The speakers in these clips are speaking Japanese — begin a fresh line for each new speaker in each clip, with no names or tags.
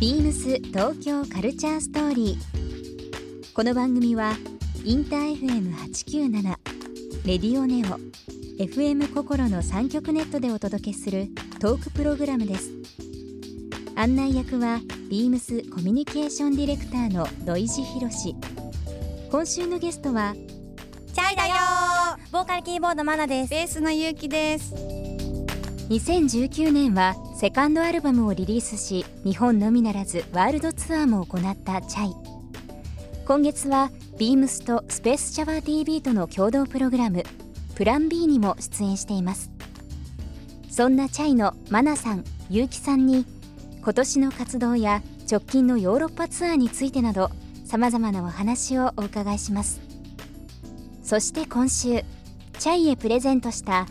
ビームス東京カルチャーストーリー。この番組はインター FM897 レディオネオ FM 心の三極ネットでお届けするトークプログラムです。案内役はビームスコミュニケーションディレクターの土井博志。今週のゲストは
チャイだよボーカルキーボードマナです
ベースのゆうきです
2019年はセカンドアルバムをリリースし日本のみならずワールドツアーも行ったチャイ今月はビームスとスペースシャワー TV との共同プログラムプラン B にも出演していますそんなチャイのマナさんゆうきさんに今年の活動や直近のヨーロッパツアーについてなどさまざまなお話をお伺いしますそして今週チャイへプレゼントした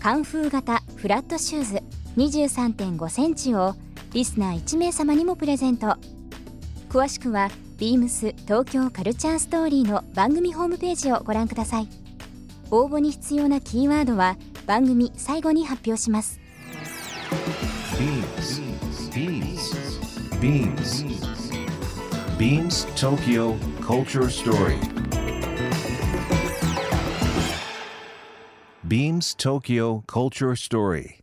カンフー型フラットシューズ23.5センチをリスナー1名様にもプレゼント詳しくは beams 東京カルチャーストーリーの番組ホームページをご覧ください応募に必要なキーワードは番組最後に発表します
beamsbeamsbeams Tokyo Culture Story Beams Tokyo Culture Story.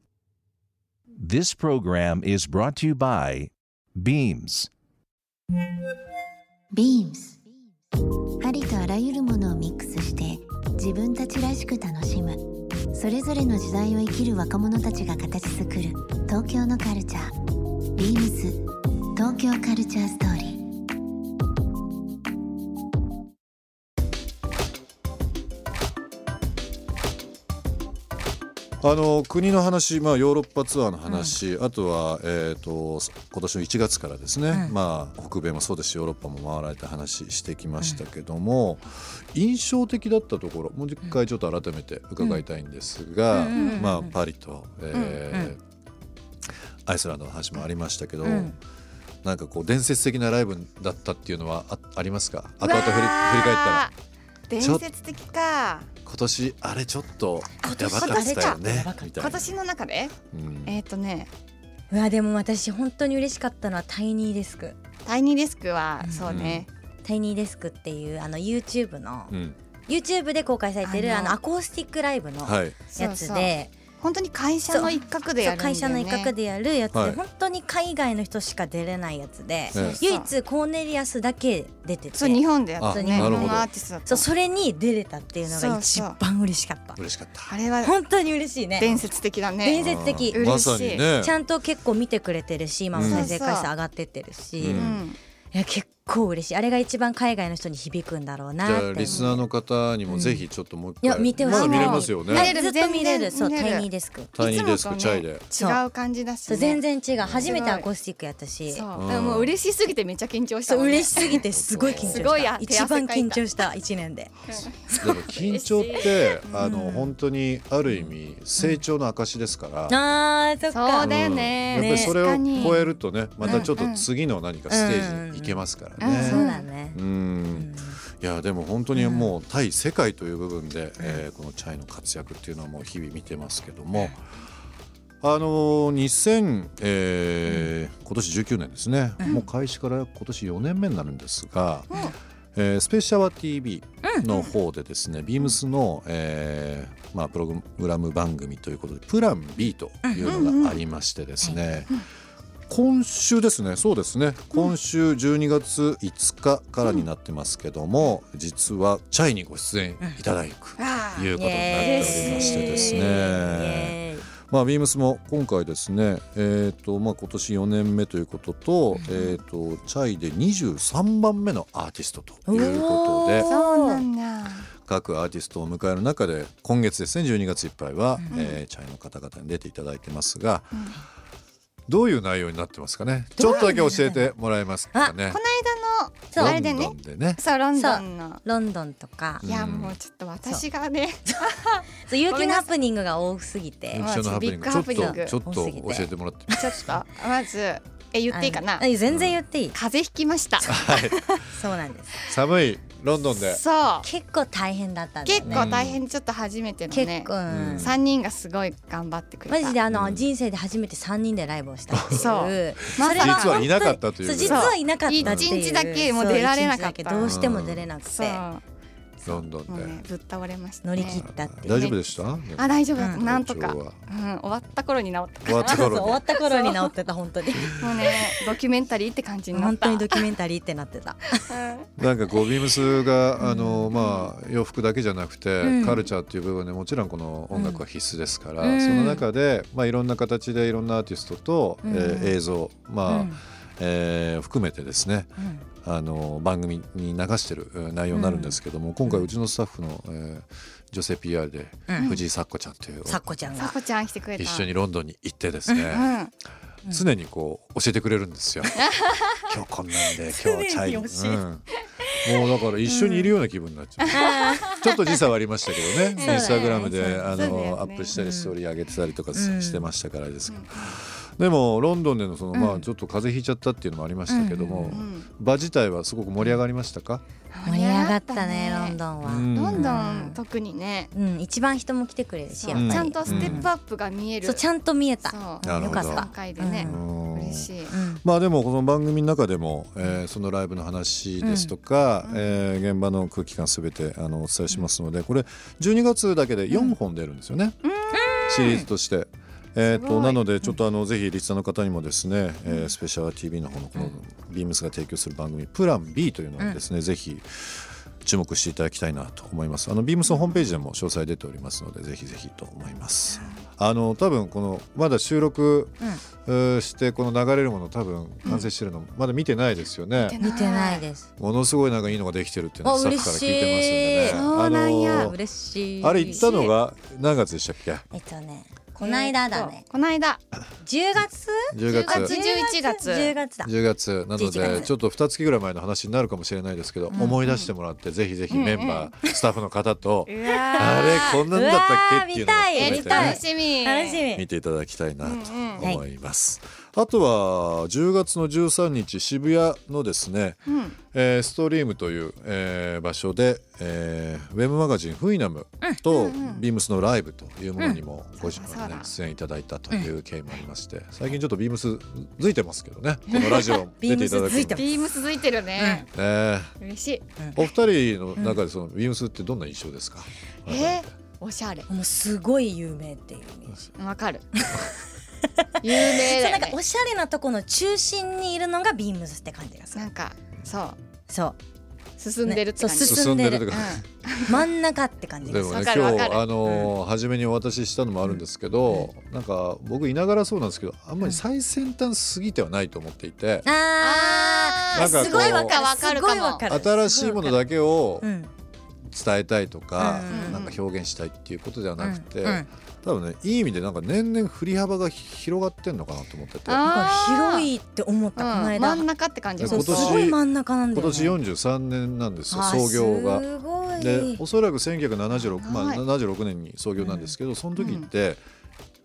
This program is brought to you by Beams.
Beams ありとあらゆるものをミックスして自分たちらしく楽しむそれぞれの時代を生きる若者たちが形作る東京のカルチャー Beams 東京カルチャーストーリー
あの国の話、まあ、ヨーロッパツアーの話、うん、あとは、えーと、と今年の1月からですね、うん、まあ、北米もそうですしヨーロッパも回られた話してきましたけども、うん、印象的だったところもう一回ちょっと改めて伺いたいんですが、まあ、パリと、えー、アイスランドの話もありましたけど。なんかこう伝説的なライブだったっていうのはあありますか後々振り振り返ったら
伝説的か
今年あれちょっとやばかったよね
今年の中で、うん、えっ、ー、とね
うわでも私本当に嬉しかったのはタイニーデスク
タイニーデスクは、うん、そうね、
タイニーデスクっていうあの YouTube の、うん、YouTube で公開されてるあのアコースティックライブのやつで、はい
本当に会社の一角でやる、ね、
会社の一角でやるやつで、はい、本当に海外の人しか出れないやつで、ね、唯一コーネリアスだけ出てて
そう日本でやったね日本のアーティストだ
そうそれに出れたっていうのが一番嬉しかった
嬉しかった
あれは
本当に嬉しいね
伝説的だね
伝説的
嬉し
い、まね、ちゃんと結構見てくれてるし今も再生回数上がってってるし、うん、いや結構構嬉しいあれが一番海外の人に響くんだろうなじゃ
リスナーの方にもぜひちょっともう一
回、うん、いや見てほしい、
ま、見れますよね、
はい、ずっと見れるそうタイニーデスク
タイニーデスク、ね、チャイで
違う感じだし、ね、
全然違う初めてアコースティックやったし
そう、うん、もう嬉しすぎてめっちゃ緊張した、
ね、嬉しすぎてすごい緊張した一番緊張した一年で
でも緊張ってあの本当にある意味成長の証ですから、うん、
あそっか
そうだよね、
やっぱりそれを超えるとねまたちょっと次の何かステージに行けますからね。
うん、そうだね。
うん。うん、いやでも本当にもう対世界という部分で、うん、えー、このチャイの活躍っていうのはもう日々見てますけども、あの2000、えー、今年19年ですね、もう開始から今年4年目になるんですが、えー、スペースシャワー TV の方でですね、ビームスの、えー、まあプログラム番組ということでプラン B というのがありましてですね。今週ですねそうですね今週12月5日からになってますけども、うん、実はチャイにご出演いただく、うん、いうことになっておりましてですね。まあ、ビームスも今回ですね、えーとまあ、今年4年目ということと,、えーと、とチャイで23番目のアーティストということで
そうなんだ
各アーティストを迎える中で今月ですね12月いっぱいは、うん、えー、チャイの方々に出ていただいてますが。うんどういう内容になってますかね。ちょっとだけ教えてもらえますかね。
この間のそうあれでね、
ね
そうロンドンの
ロンドンとか、
いやもうちょっと私がね、
そう有機のハプニングが多すぎて、
有機のハプニングちょっとちょっと教えてもらって。
ちょっとまずえ言っていいかな
あのえ全然言っていい。
風邪ひき ました
そうなんです。
寒いロンドンで
そう
結構大変だったんだよ
結
ね。
構大変ちょっと初めての
結
ね
構、うん
さ
三人がすごい頑張ってくれ
マ
た
ジであの、
うん
人生で初めて三人でライブをしたっていう。
そう
ま
まさか
実はいなかったという
そう実はいなかったっていう
一日だけもう出られなかった
そう一日だけどうしても出れなく
そ
て
う
ロンドンで
もうねぶっ倒れました
乗
ね
り切ったっていう
大丈夫でした
あ大丈夫だった
うん
なんとか
体
う
調
ん
は
終わった頃に治った
終わった
そうそう
頃
終
に
わった頃に治ってた本当に
もうねドキュメンタリーって感じになっ
本
た
当にドキュメンタリーってなってた
うん
なんかこうビームスがあのまあ洋服だけじゃなくて、
うん
カルチャーっていう部分でもちろんこの音楽は必須ですから、
うん
その中でまあいろんな形でいろんなアーティストと、
う
え
ん
ー映像まあ、
うん
えー含めてですね
うん
あの番組に流してるえー内容になるんですけども、今回うちのスタッフの、えー女性 PR で
うん
藤井咲子ちゃんという、
さっこちゃん
さ
が
こちゃん来てくれた
一緒にロンドンに行ってです
う
ね、
ん
常にこう教えてくれるんです よ今日こんなんで今日はチャイ、
常に教え
うんもうだから一緒にいるような気分になっちゃう、 ちょっと時差はありましたけどね、
ね
インスタグラムで、あの、
そうだよね
アップしたりストーリー上げてたりとか
うん
してましたからですけど、でもロンドンでのその、ま
う
あ
ん
ちょっと風邪ひいちゃったっていうのもありましたけども、
うん
場自体はすごく盛り上がりましたか、
盛り上がったねロンドンは
う
うん
ん
ロンドン特にね
一番人も来てくれるし
そ
や
う
っ
ち
ぱ
ゃ
り
んとステップアップが見える
そうちゃんと見えた
そう
なるほど
よかった
今回でね
う
うん
嬉しい
うん
まあでもこの番組の中でも、えーそのライブの話ですとか、
うん
えー現場の空気感すべてあのお伝えしますのでこれ12月だけで4本出るんですよね、シリーズとして。えー、
す
と
ごい
なのでちょっとあの、ぜひリスナーの方にもですね、えースペシャル TV の方のこのビームスが提供する番組「プラン B というのをですね、ぜひ注目していただきたいなと思います。あのビームスのホームページでも詳細出ておりますのでぜひぜひと思います。あの多分このまだ収録、えーしてこの流れるもの多分完成してるの、まだ見てないですよね。
見てないです
ものすごいなんかいいのができてるっていうのを
あ
スタッフから聞いてますんでね。
嬉しいそうなんや
あの
嬉しい
あれ行ったのが何月でしたっけ？
えっとねこないだだ
え
ね
ーとこないだ
10月
10月。
10月11月
10月だ
10月なの
11
で
月
ちょっと2月ぐらい前の話になるかもしれないですけど、思い出してもらってぜひぜひメンバー、スタッフの方と
うわ
あれこんなんだったっけっていうのを
うわー見た
含めてね
え
い
楽しみ
楽しみ
見ていただきたいなと
うん
うん
思います。あとは10月の13日渋谷のですね、
うん
えーストリームという、えー場所で、えーウェブマガジン「フイナム」と、ビームスのライブというものにもご自身
そうだ
が、
そう
ね
だ
出演いただいたという経緯もありまして最近ちょっとビームス付いてますけどねこのラジオ出ていただく
ビームス付いて
ね
ます
ビーム続いてるね
え
嬉しい
お二人の中でそのビームスってどんな印象ですか、
えーおしゃれ
もうすごい有名っていうイメージ
わかる 有名だ
そうな
よ
んか
ね
おしゃれなとこの中心にいるのがビームズって感じがする
なんかそう
そう
進んでるって感
ねそう
じ
進んでる
進んでるとか
真ん中って感じ
で
がす
も
る
ね
わ
今
か
日
るわかる
あのー初めにお渡ししたのもあるんですけど、なんか僕いながらそうなんですけどあんまり最先端すぎてはないと思っていて、
あ
な
ー
んかこう
すごいわかる
わかるかも
すごいわかる
新しいものだけを
うん
伝えたいとか、
うん
なんか表現したいっていうことではなくて、
うんうん
多分ねいい意味でなんか年々振り幅が広がってんのかなと思ってて今
あ
なんか広いって思ったこ
う
の
ん
間
真ん中って感じ
そう
今年
すごい真ん中なんだよね
年43年なんですよ
あ
創業が。
すごい
でおそらく1976、まあ、
はい
76年に創業なんですけど、その時って、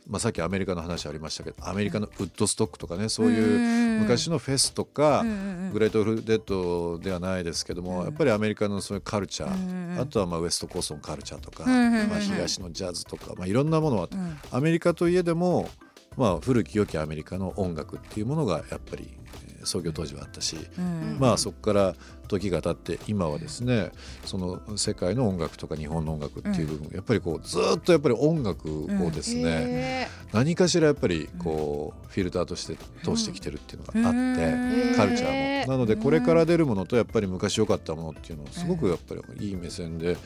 まあ、さっきアメリカの話ありましたけどアメリカのウッドストックとかねそういう昔
の
のフェスとか、グ
グ
レートフルデッドではないですけども、
うん
やっぱりアメリカのそういうカルチャー、
ー
あとはまあウエストコーストのカルチャーとか、まあ、東のジャズとか、まあ、いろんなものはあってアメリカといえども、まあ、古き良きアメリカの音楽っていうものがやっぱりえー創業当時はあったし、
うん
まあ、そこから時が経って今はですねその世界の音楽とか日本の音楽っていう部分、やっぱりこうずーっとやっぱり音楽をですね、
ね
何かしらやっぱりこうフィルターとして通してきてるっていうのがあって。
へー
カルチャーもなのでこれから出るものとやっぱり昔良かったものっていうのをすごくやっぱりいい目線で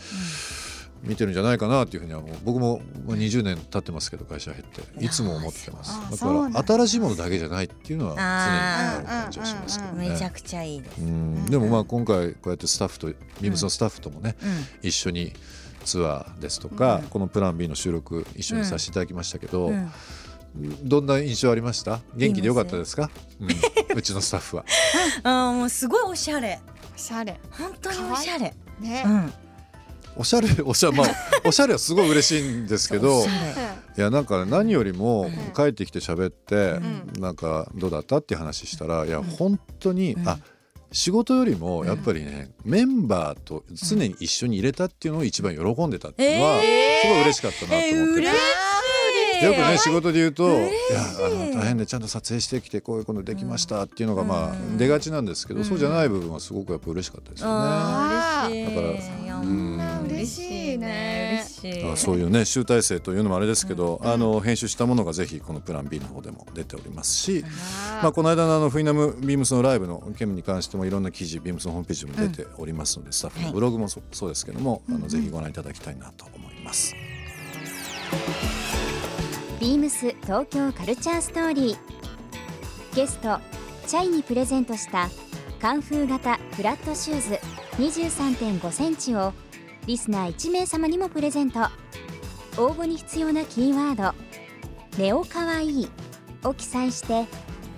見てるんじゃないかなっていうふうにはもう僕もまあ20年経ってますけど会社入っていつも思って
あー
ます
そ
だ
うなんだ
から新しいものだけじゃないっていうのは常に
あ
ある
ー
感じはしますけど
めちゃ
ね。
くちゃいいです
うんでもまあ今回こうやってスタッフとビームスのスタッフともね
うん
一緒にツアーですとか、
うん
この「プラン B の収録一緒にさせていただきましたけど、
うん
どんな印象ありました元気でよかったですか、うんうちのスタッフは。
あーもうすごいおしゃれ
おしゃれ
本当におしゃれ
ね
うん
おしゃれおしゃ、まあ、おしゃれはすごい嬉しいんですけど
おしゃれ
いやなんか何よりも
ん
帰ってきて喋って
う
なんかどうだったっていう話したらいや本当にあ仕事よりもやっぱりねメンバーと常に一緒に入れたっていうのを一番喜んでたっていうのは
え
す
ー
ごい嬉しかったなと
え
思って
嬉
て。
しい
よくね仕事で言うと「い
嬉しい
やあの大変でちゃんと撮影してきてこういうことできました」っていうのがまあ
うん
出がちなんですけ
う
ど
ん
そうじゃない部分はすごくやっぱ嬉しかったですよね。
あー嬉しい
だから
いや
うん
嬉しいね
嬉しい
あそういうね集大成というのもあれですけど、あの編集したものがぜひこの「プラン B」の方でも出ておりますし、まあ、この間のあのフィナムビームスのライブの件に関してもいろんな記事ビームスのホームページにも出ておりますので、スタッフのブログもそ,、うですけどもあのぜひご覧いただきたいなと思います。
ビームス東京カルチャーストーリーゲストチャイにプレゼントしたカンフー型フラットシューズ23.5センチをリスナー1名様にもプレゼント応募に必要なキーワード「ネオかわいい」を記載して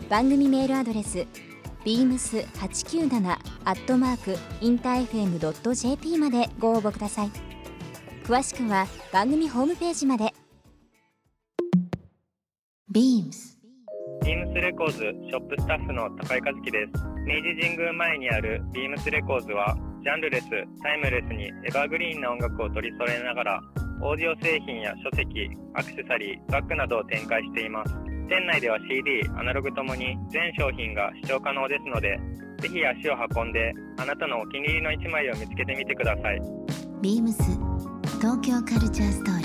番組メールアドレス beams897-infm.jp までご応募ください詳しくは番組ホームページまで
Beams
ビームスレコーズショップスタッフの高井和樹です明治神宮前にあるビームスレコーズはジャンルレスタイムレスにエバーグリーンな音楽を取り揃えながらオーディオ製品や書籍アクセサリーバッグなどを展開しています店内では CD アナログともに全商品が視聴可能ですのでぜひ足を運んであなたのお気に入りの1枚を見つけてみてください
Beams 東京カルチャーストーリー